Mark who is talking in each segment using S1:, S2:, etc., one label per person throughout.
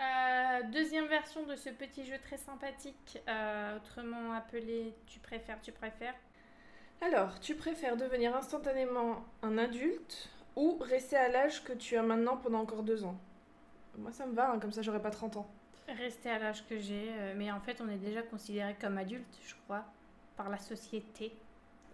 S1: euh, version de ce petit jeu très sympathique, euh, autrement appelé Tu préfères, tu préfères.
S2: Alors, tu préfères devenir instantanément un adulte ou rester à l'âge que tu as maintenant pendant encore deux ans Moi, ça me va, hein, comme ça, j'aurai pas 30 ans.
S1: Rester à l'âge que j'ai, euh, mais en fait, on est déjà considéré comme adulte, je crois, par la société.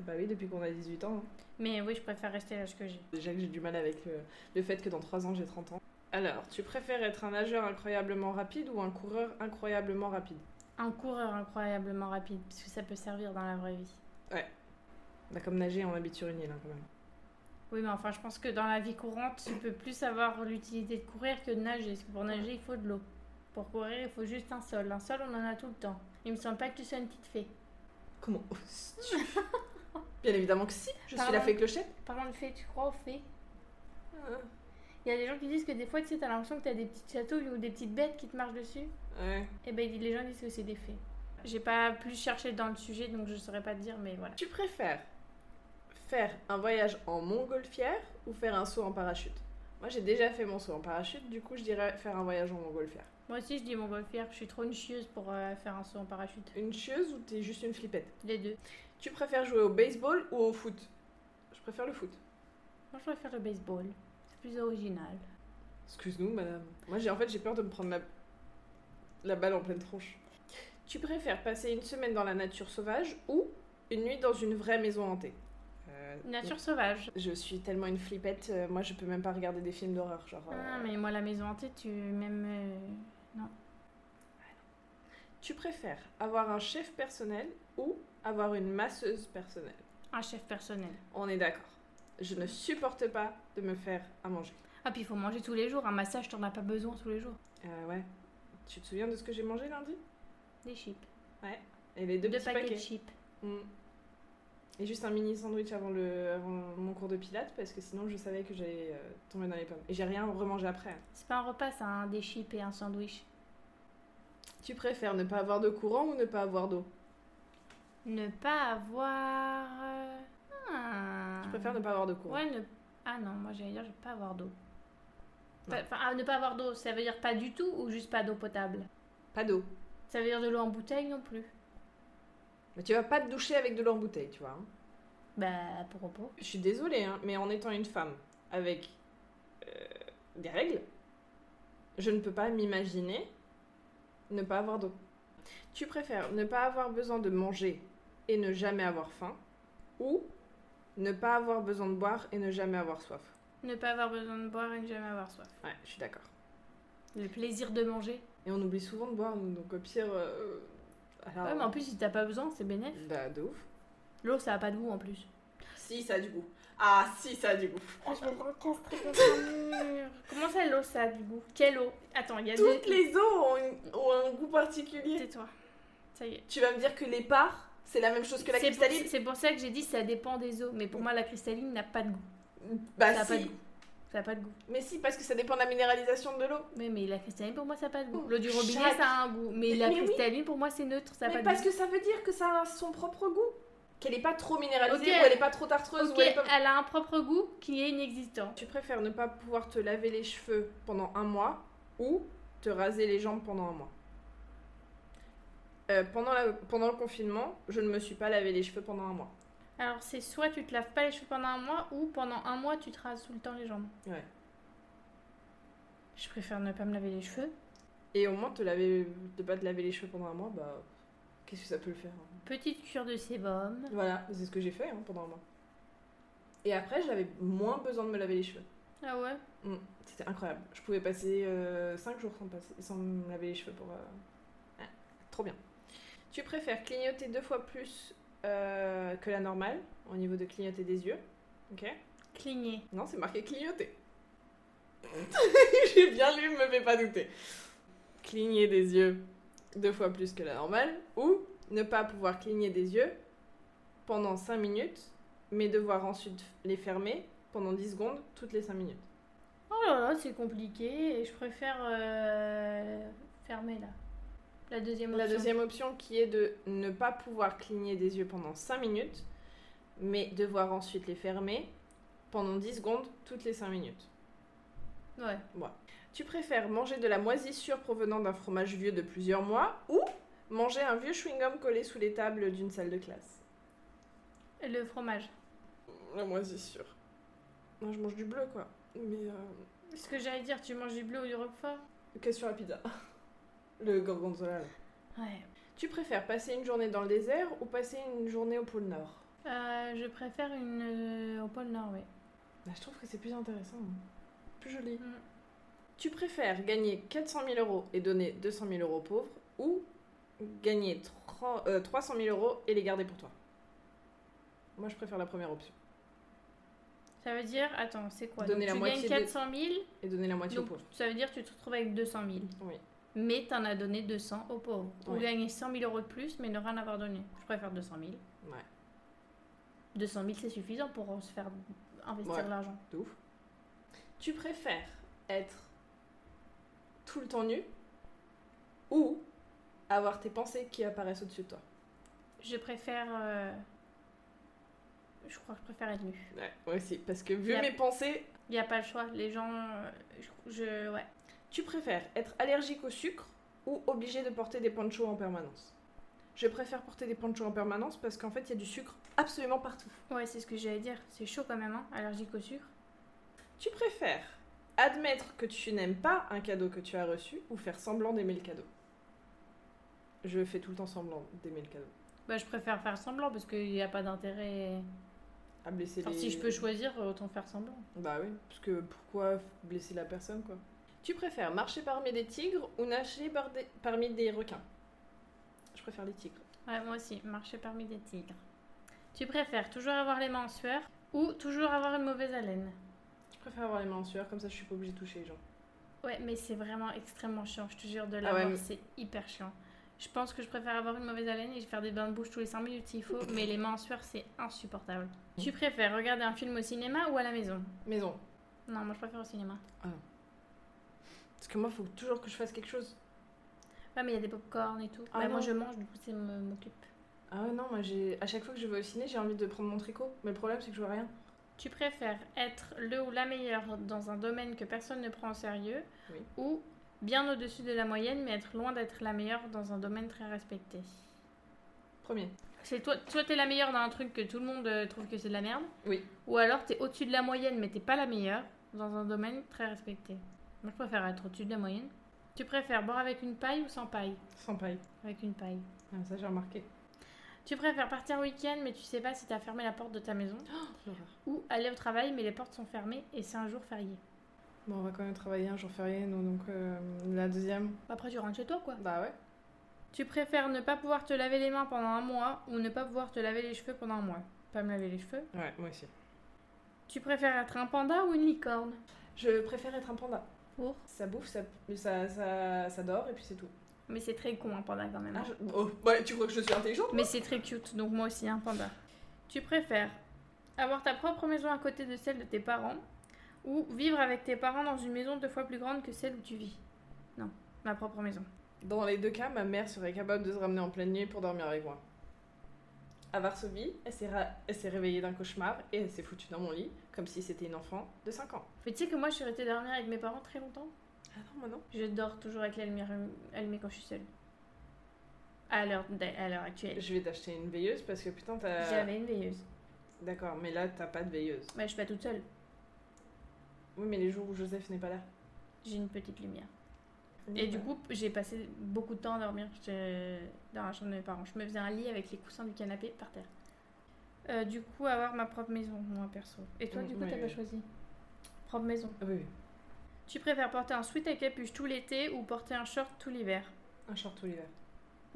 S2: Bah oui, depuis qu'on a 18 ans. hein.
S1: Mais oui, je préfère rester à l'âge que j'ai.
S2: Déjà que j'ai du mal avec euh, le fait que dans 3 ans, j'ai 30 ans. Alors, tu préfères être un nageur incroyablement rapide ou un coureur incroyablement rapide
S1: Un coureur incroyablement rapide, parce que ça peut servir dans la vraie vie.
S2: Bah, comme nager, on habite sur une île, hein, quand même.
S1: Oui, mais enfin, je pense que dans la vie courante, tu peux plus avoir l'utilité de courir que de nager. Parce que pour nager, il faut de l'eau. Pour courir, il faut juste un sol. Un sol, on en a tout le temps. Il me semble pas que tu sois une petite fée.
S2: Comment oses-tu Bien évidemment que si, je suis
S1: Pardon
S2: la fée clochette.
S1: Parlant de fée, tu crois aux fées
S2: Euh,
S1: Il y a des gens qui disent que des fois, tu sais, t'as l'impression que t'as des petites chatouilles ou des petites bêtes qui te marchent dessus.
S2: Ouais.
S1: Et ben, les gens disent que c'est des fées. J'ai pas plus cherché dans le sujet, donc je saurais pas te dire, mais voilà.
S2: Tu préfères faire un voyage en montgolfière ou faire un saut en parachute Moi j'ai déjà fait mon saut en parachute, du coup je dirais faire un voyage en montgolfière.
S1: Moi aussi, je dis mon golfière, je suis trop une chieuse pour euh, faire un saut en parachute.
S2: Une chieuse ou t'es juste une flippette
S1: Les deux.
S2: Tu préfères jouer au baseball ou au foot Je préfère le foot.
S1: Moi, je préfère le baseball. C'est plus original.
S2: Excuse-nous madame. Moi j'ai en fait j'ai peur de me prendre la... la balle en pleine tronche. Tu préfères passer une semaine dans la nature sauvage ou une nuit dans une vraie maison hantée Euh,
S1: Nature sauvage.
S2: Je suis tellement une flippette, euh, moi je peux même pas regarder des films d'horreur. Genre, euh,
S1: Ah, mais moi, la maison hantée, tu m'aimes. euh,
S2: Tu préfères avoir un chef personnel ou avoir une masseuse personnelle
S1: Un chef personnel.
S2: On est d'accord. Je ne supporte pas de me faire à manger.
S1: Ah, puis il faut manger tous les jours. Un massage, t'en as pas besoin tous les jours.
S2: Euh, ouais. Tu te souviens de ce que j'ai mangé lundi
S1: Des chips.
S2: Et les deux,
S1: Deux,
S2: petits
S1: paquets,
S2: paquets.
S1: de chips.
S2: Mm. Et juste un mini sandwich avant, le, avant mon cours de pilates parce que sinon je savais que j'allais euh, tomber dans les pommes. Et j'ai rien remangé après. hein.
S1: C'est pas un repas, c'est un des chips et un sandwich.
S2: Tu préfères ne pas avoir de courant ou ne pas avoir d'eau
S1: Ne pas avoir. euh, ah.
S2: Je préfère ne pas avoir de courant.
S1: Ouais, ne. Ah non, moi j'allais dire, je vais pas avoir d'eau.
S2: Non.
S1: Enfin, ah, ne pas avoir d'eau, ça veut dire pas du tout ou juste pas d'eau potable
S2: Pas d'eau.
S1: Ça veut dire de l'eau en bouteille non plus.
S2: Mais tu vas pas te doucher avec de l'eau en bouteille, tu vois. hein.
S1: Bah, pour repos.
S2: Je suis désolée, hein, mais en étant une femme avec euh, des règles, je ne peux pas m'imaginer ne pas avoir d'eau. Tu préfères ne pas avoir besoin de manger et ne jamais avoir faim ou ne pas avoir besoin de boire et ne jamais avoir soif
S1: Ne pas avoir besoin de boire et ne jamais avoir soif.
S2: Ouais, je suis d'accord.
S1: Le plaisir de manger.
S2: Et on oublie souvent de boire, nous, donc au pire. euh, alors-
S1: Ah Ouais, mais en plus, si t'as pas besoin, c'est bénéfique.
S2: Bah, de ouf.
S1: L'eau, ça a pas de goût en plus.
S2: Si, ça a du goût. Ah, si, ça a du goût.
S1: je vais le recastrer contre un mur. Comment ça, l'eau, ça a du goût Quelle eau Attends, il y a
S2: Toutes
S1: deux...
S2: les eaux ont, une- ont un goût particulier.
S1: Tais-toi. Ça y est.
S2: Tu vas me dire que les parts, c'est la même chose que la
S1: C'est pour-
S2: cristalline
S1: C'est pour ça que j'ai dit ça dépend des eaux. Mais pour moi, la cristalline n'a pas de goût.
S2: Bah
S1: ça a
S2: si.
S1: pas de goût. Ça n'a pas de goût.
S2: Mais si, parce que ça dépend de la minéralisation de l'eau.
S1: Mais, mais la cristalline, pour moi, ça n'a pas de goût.
S2: Oh,
S1: L'eau du robinet,
S2: chaque-
S1: ça a un goût. Mais la
S2: Mais oui.
S1: cristalline, pour moi, c'est neutre. Ça n'a
S2: Mais
S1: pas de
S2: parce
S1: goût.
S2: que ça veut dire que ça a son propre goût. Qu'elle est pas trop minéralisée
S1: Ok.
S2: ou elle est pas trop tartreuse
S1: Ok,
S2: ou elle est pas...
S1: elle a un propre goût qui est inexistant.
S2: Tu préfères ne pas pouvoir te laver les cheveux pendant un mois ou te raser les jambes pendant un mois Euh, pendant, la- pendant le confinement, je ne me suis pas lavé les cheveux pendant un mois.
S1: Alors, c'est soit tu te laves pas les cheveux pendant un mois, ou pendant un mois, tu te rases tout le temps les jambes.
S2: Ouais.
S1: Je préfère ne pas me laver les cheveux.
S2: Et au moins, te laver, de pas te laver les cheveux pendant un mois, bah, qu'est-ce que ça peut le faire hein
S1: Petite cure de sébum.
S2: Voilà, c'est ce que j'ai fait hein, pendant un mois. Et après, j'avais moins besoin de me laver les cheveux.
S1: Ah ouais
S2: Mm, C'était incroyable. Je pouvais passer 5 jours sans, passer- sans me laver les cheveux pour. euh, ouais, trop bien. Tu préfères clignoter deux fois plus euh, que la normale au niveau de clignoter des yeux Ok
S1: Cligner.
S2: Non, c'est marqué clignoter. J'ai bien lu, me fais pas douter. Cligner des yeux deux fois plus que la normale ou ne pas pouvoir cligner des yeux pendant 5 minutes mais devoir ensuite les fermer pendant 10 secondes toutes les 5 minutes.
S1: Oh là là, c'est compliqué et je préfère euh, fermer là. La deuxième option.
S2: La deuxième option qui est de ne pas pouvoir cligner des yeux pendant 5 minutes, mais devoir ensuite les fermer pendant 10 secondes toutes les 5 minutes.
S1: Ouais.
S2: Tu préfères manger de la moisissure provenant d'un fromage vieux de plusieurs mois ou manger un vieux chewing-gum collé sous les tables d'une salle de classe
S1: Le fromage.
S2: La moisissure. Moi, je mange du bleu, quoi. Mais euh,
S1: Ce que j'allais dire, tu manges du bleu ou du roquefort
S2: question rapide. Le gorgonzola. là.
S1: Ouais.
S2: Tu préfères passer une journée dans le désert ou passer une journée au pôle Nord
S1: Euh, je préfère une euh, au pôle Nord, oui.
S2: Bah, Je trouve que c'est plus intéressant. hein. Plus joli.
S1: Mm.
S2: Tu préfères gagner 400 000 euros et donner 200 000 euros aux pauvres ou gagner 3, euh, 300 000 euros et les garder pour toi Moi, je préfère la première option.
S1: Ça veut dire, attends, c'est quoi
S2: Donner
S1: Donc,
S2: la
S1: Tu
S2: moitié
S1: gagnes
S2: des-
S1: 400 000,
S2: Et donner la moitié
S1: donc
S2: aux pauvres.
S1: ça veut dire que tu te retrouves avec 200 000.
S2: Oui.
S1: Mais t'en as donné 200 aux pauvres. Ou
S2: Ouais.
S1: gagner 100 000 euros de plus, mais ne rien avoir donné. Je préfère 200 000.
S2: Ouais,
S1: 200 000, c'est suffisant pour se faire investir
S2: Ouais.
S1: l'argent.
S2: de ouf. Tu préfères être tout le temps nu ou avoir tes pensées qui apparaissent au-dessus de toi
S1: Je préfère. euh, Je crois que je préfère être nue.
S2: Ouais, moi aussi. Parce que vu
S1: Yep.
S2: mes pensées,
S1: Il n'y a pas le choix. Les gens. euh, Je. je- Ouais.
S2: Tu préfères être allergique au sucre ou obligé de porter des ponchos en permanence Je préfère porter des ponchos en permanence parce qu'en fait, il y a du sucre absolument partout.
S1: Ouais, c'est ce que j'allais dire. C'est chaud quand même, hein, allergique au sucre.
S2: Tu préfères admettre que tu n'aimes pas un cadeau que tu as reçu ou faire semblant d'aimer le cadeau Je fais tout le temps semblant d'aimer le cadeau.
S1: Bah, je préfère faire semblant parce qu'il n'y a pas d'intérêt.
S2: À blesser
S1: Enfin,
S2: les...
S1: si je peux choisir, autant faire semblant.
S2: Bah oui, parce que pourquoi blesser la personne, quoi Tu préfères marcher parmi des tigres ou nager par des- parmi des requins Je préfère les tigres.
S1: Ouais, moi aussi, marcher parmi des tigres. Tu préfères toujours avoir les mains en sueur ou toujours avoir une mauvaise haleine
S2: Je préfère avoir les mains en sueur, comme ça je suis pas obligée de toucher les gens.
S1: Ouais, mais c'est vraiment extrêmement chiant, je te jure, de
S2: Ah ouais,
S1: l'avoir,
S2: mais-
S1: c'est hyper chiant. Je pense que je préfère avoir une mauvaise haleine et faire des bains de bouche tous les 5 minutes s'il faut, mais les mains en sueur, c'est insupportable. Tu préfères regarder un film au cinéma ou à la maison
S2: Maison.
S1: Non, moi je préfère au cinéma.
S2: Parce que moi, il faut toujours que je fasse quelque chose.
S1: Ouais, mais il y a des pop-corn et tout.
S2: Ah
S1: Bah, moi
S2: non.
S1: je mange, du coup, c'est mon mon clip.
S2: Ah ouais, non, moi, j'ai... à chaque fois que je vais au ciné, j'ai envie de prendre mon tricot. Mais le problème, c'est que je vois rien.
S1: Tu préfères être le ou la meilleure dans un domaine que personne ne prend au sérieux
S2: Oui.
S1: ou bien au-dessus de la moyenne mais être loin d'être la meilleure dans un domaine très respecté
S2: Premier.
S1: C'est toi, soit t'es la meilleure dans un truc que tout le monde euh, trouve que c'est de la merde.
S2: Oui.
S1: Ou alors t'es au-dessus de la moyenne mais t'es pas la meilleure dans un domaine très respecté. Moi je préfère être au-dessus de la moyenne. Tu préfères boire avec une paille ou sans paille
S2: Sans paille.
S1: Avec une paille.
S2: Ah, ça, j'ai remarqué.
S1: Tu préfères partir en week-end mais tu sais pas si t'as fermé la porte de ta maison
S2: L'horreur.
S1: ou aller au travail mais les portes sont fermées et c'est un jour férié.
S2: Bon, on va quand même travailler un jour férié, nous, donc euh, la deuxième.
S1: Bah, Après tu rentres chez toi quoi.
S2: Bah ouais.
S1: Tu préfères ne pas pouvoir te laver les mains pendant un mois ou ne pas pouvoir te laver les cheveux pendant un mois Pas me laver les cheveux.
S2: Ouais, moi aussi.
S1: Tu préfères être un panda ou une licorne
S2: Je préfère être un panda.
S1: Pour
S2: Ça bouffe, ça, ça, ça, ça dort, et puis c'est tout.
S1: Mais c'est très con un panda quand même.
S2: Ah, je- oh, bah, tu crois que je suis intelligente
S1: Mais c'est très cute, donc moi aussi un panda. Tu préfères avoir ta propre maison à côté de celle de tes parents ou vivre avec tes parents dans une maison deux fois plus grande que celle où tu vis Non, ma propre maison.
S2: Dans les deux cas, ma mère serait capable de se ramener en pleine nuit pour dormir avec moi. À Varsovie, elle s'est, ra- elle s'est réveillée d'un cauchemar et elle s'est foutue dans mon lit, comme si c'était une enfant de 5 ans.
S1: Mais tu sais que moi je suis restée dormir avec mes parents très longtemps.
S2: Ah non, moi non.
S1: Je dors toujours avec la lumière allumée quand je suis seule. À l'heure à l'heure actuelle.
S2: Je vais t'acheter une veilleuse parce que putain, t'as.
S1: J'avais une veilleuse.
S2: D'accord, mais là, t'as pas de veilleuse.
S1: Bah, je suis pas toute seule.
S2: Oui, mais les jours où Joseph n'est pas là.
S1: J'ai une petite lumière. Et du coup, j'ai passé beaucoup de temps à dormir j'étais dans la chambre de mes parents. Je me faisais un lit avec les coussins du canapé par terre. Euh, du coup, avoir ma propre maison, moi perso. Et toi,
S2: Mm,
S1: du coup,
S2: oui,
S1: t'as pas
S2: oui.
S1: choisi Propre maison.
S2: Ah Oui, oui.
S1: Tu préfères porter un sweat à capuche tout l'été ou porter un short tout l'hiver
S2: Un short tout l'hiver.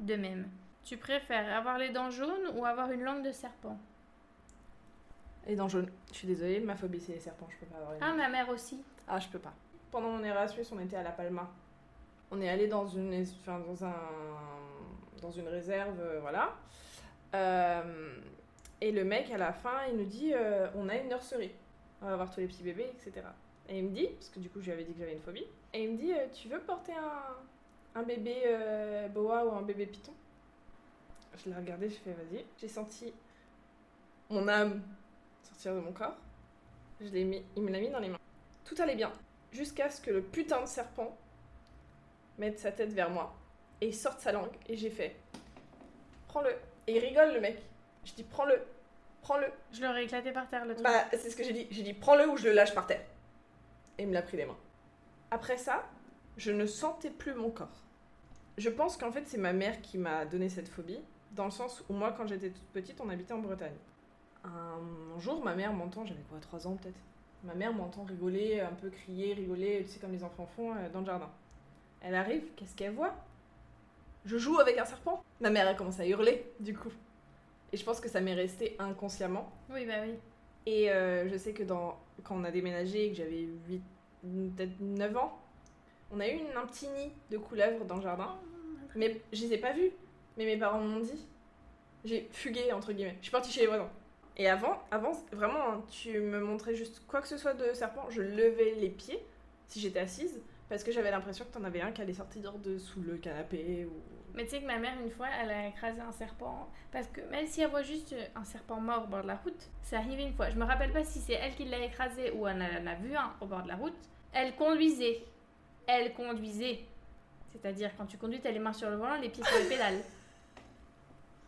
S1: De même. Tu préfères avoir les dents jaunes ou avoir une langue de serpent
S2: Et dans jaune. Je suis désolée, ma phobie, c'est les serpents, je peux pas avoir les
S1: Ah, ma mère aussi.
S2: Ah, je peux pas. Pendant mon Erasmus, on était à La Palma. On est allé dans une, enfin, dans un, dans une réserve, euh, voilà. Euh, et le mec, à la fin, il nous dit euh, On a une nurserie. On va voir tous les petits bébés, etc. Et il me dit Parce que du coup, je lui avais dit que j'avais une phobie. Et il me dit euh, Tu veux porter un, un bébé euh, boa ou un bébé python Je l'ai regardé, j'ai fait Vas-y. J'ai senti mon âme sortir de mon corps. Je l'ai mis, il me l'a mis dans les mains. Tout allait bien. jusqu'à ce que le putain de serpent mette sa tête vers moi et sorte sa langue. Et j'ai fait Prends-le. Et il rigole, le mec. Je dis Prends-le. Prends-le.
S1: Je l'aurais éclaté par terre le truc.
S2: Bah, c'est ce que j'ai dit. J'ai dit Prends-le ou je le lâche par terre. Et il me l'a pris des mains. Après ça, je ne sentais plus mon corps. Je pense qu'en fait, c'est ma mère qui m'a donné cette phobie, dans le sens où moi, quand j'étais toute petite, on habitait en Bretagne. Un jour, ma mère m'entend, j'avais quoi, 3 ans peut-être Ma mère m'entend rigoler, un peu crier, rigoler, tu sais, comme les enfants font euh, dans le jardin. Elle arrive, qu'est-ce qu'elle voit Je joue avec un serpent Ma mère, elle commence à hurler, du coup. Et je pense que ça m'est resté inconsciemment.
S1: Oui, bah oui.
S2: Et euh, je sais que dans, quand on a déménagé et que j'avais 8, peut-être 9 ans, on a eu une- un petit nid de couleuvres dans le jardin. Mais je les ai pas vus. Mais mes parents m'ont dit. J'ai fugué, entre guillemets. Je suis partie chez les voisins. Et avant, avant vraiment, hein, tu me montrais juste quoi que ce soit de serpent, je levais les pieds si j'étais assise parce que j'avais l'impression que t'en avais un qui allait sortir de sous le canapé ou
S1: Mais tu sais que ma mère, une fois, elle a écrasé un serpent. Parce que même si elle voit juste euh, un serpent mort au bord de la route, c'est arrivé une fois. Je me rappelle pas si c'est elle qui l'a écrasé ou elle en a vu un au bord de la route. Elle conduisait. Elle conduisait. C'est-à-dire, quand tu conduis, t'as les mains sur le volant, les pieds sur les pédales.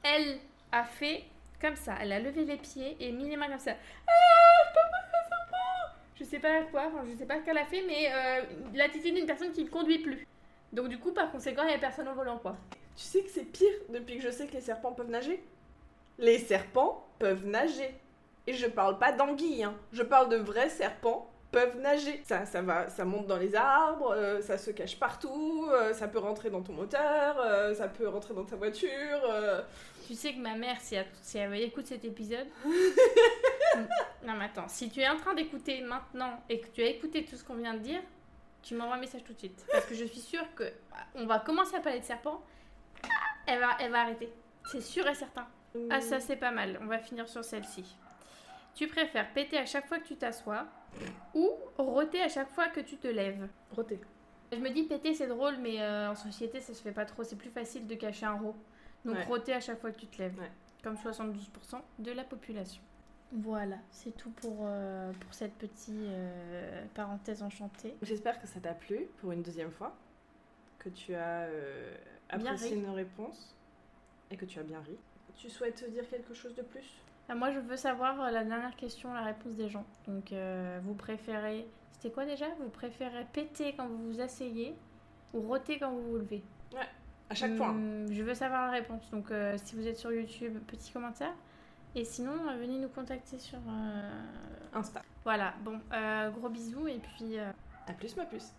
S1: Elle a fait comme ça. Elle a levé les pieds et mis les mains comme ça. Ah, je peux pas faire serpent Je sais pas quoi, enfin, je sais pas ce qu'elle a fait, mais euh, l'attitude d'une personne qui ne conduit plus. Donc, du coup, par conséquent, il y a personne au volant, quoi.
S2: Tu sais que c'est pire depuis que je sais que les serpents peuvent nager Les serpents peuvent nager. Et je parle pas d'anguilles, hein. je parle de vrais serpents peuvent nager. Ça, ça, va, ça monte dans les arbres, euh, ça se cache partout, euh, ça peut rentrer dans ton moteur, euh, ça peut rentrer dans ta voiture. euh.
S1: Tu sais que ma mère, si elle, si elle écoute cet épisode. non, mais attends, si tu es en train d'écouter maintenant et que tu as écouté tout ce qu'on vient de dire, tu m'envoies un message tout de suite. Parce que je suis sûre que ah, on va commencer à parler de serpent. Elle va, elle va arrêter. C'est sûr et certain. Ah, ça, c'est pas mal. On va finir sur celle-ci. Tu préfères péter à chaque fois que tu t'assois ou roter à chaque fois que tu te lèves
S2: Mmh. Roté.
S1: je me dis péter c'est drôle, mais euh, en société ça se fait pas trop. C'est plus facile de cacher un rot. Donc
S2: Ouais.
S1: roter à chaque fois que tu te lèves.
S2: Ouais.
S1: Comme 72% de la population. Voilà, c'est tout pour, euh, pour cette petite euh, parenthèse enchantée.
S2: J'espère que ça t'a plu pour une deuxième fois, que tu as euh,
S1: Bien
S2: apprécié
S1: ri.
S2: nos réponses et que tu as bien ri. Tu souhaites dire quelque chose de plus
S1: Ah, moi je veux savoir euh, la dernière question, la réponse des gens. Donc euh, vous préférez. C'était quoi déjà Vous préférez péter quand vous vous asseyez ou roter quand vous vous levez
S2: À chaque fois. hein.
S1: Hmm, Je veux savoir la réponse. Donc, euh, si vous êtes sur YouTube, petit commentaire. Et sinon, euh, venez nous contacter sur. euh,
S2: Insta.
S1: Voilà. Bon, euh, gros bisous et puis. euh,
S2: À plus, ma puce.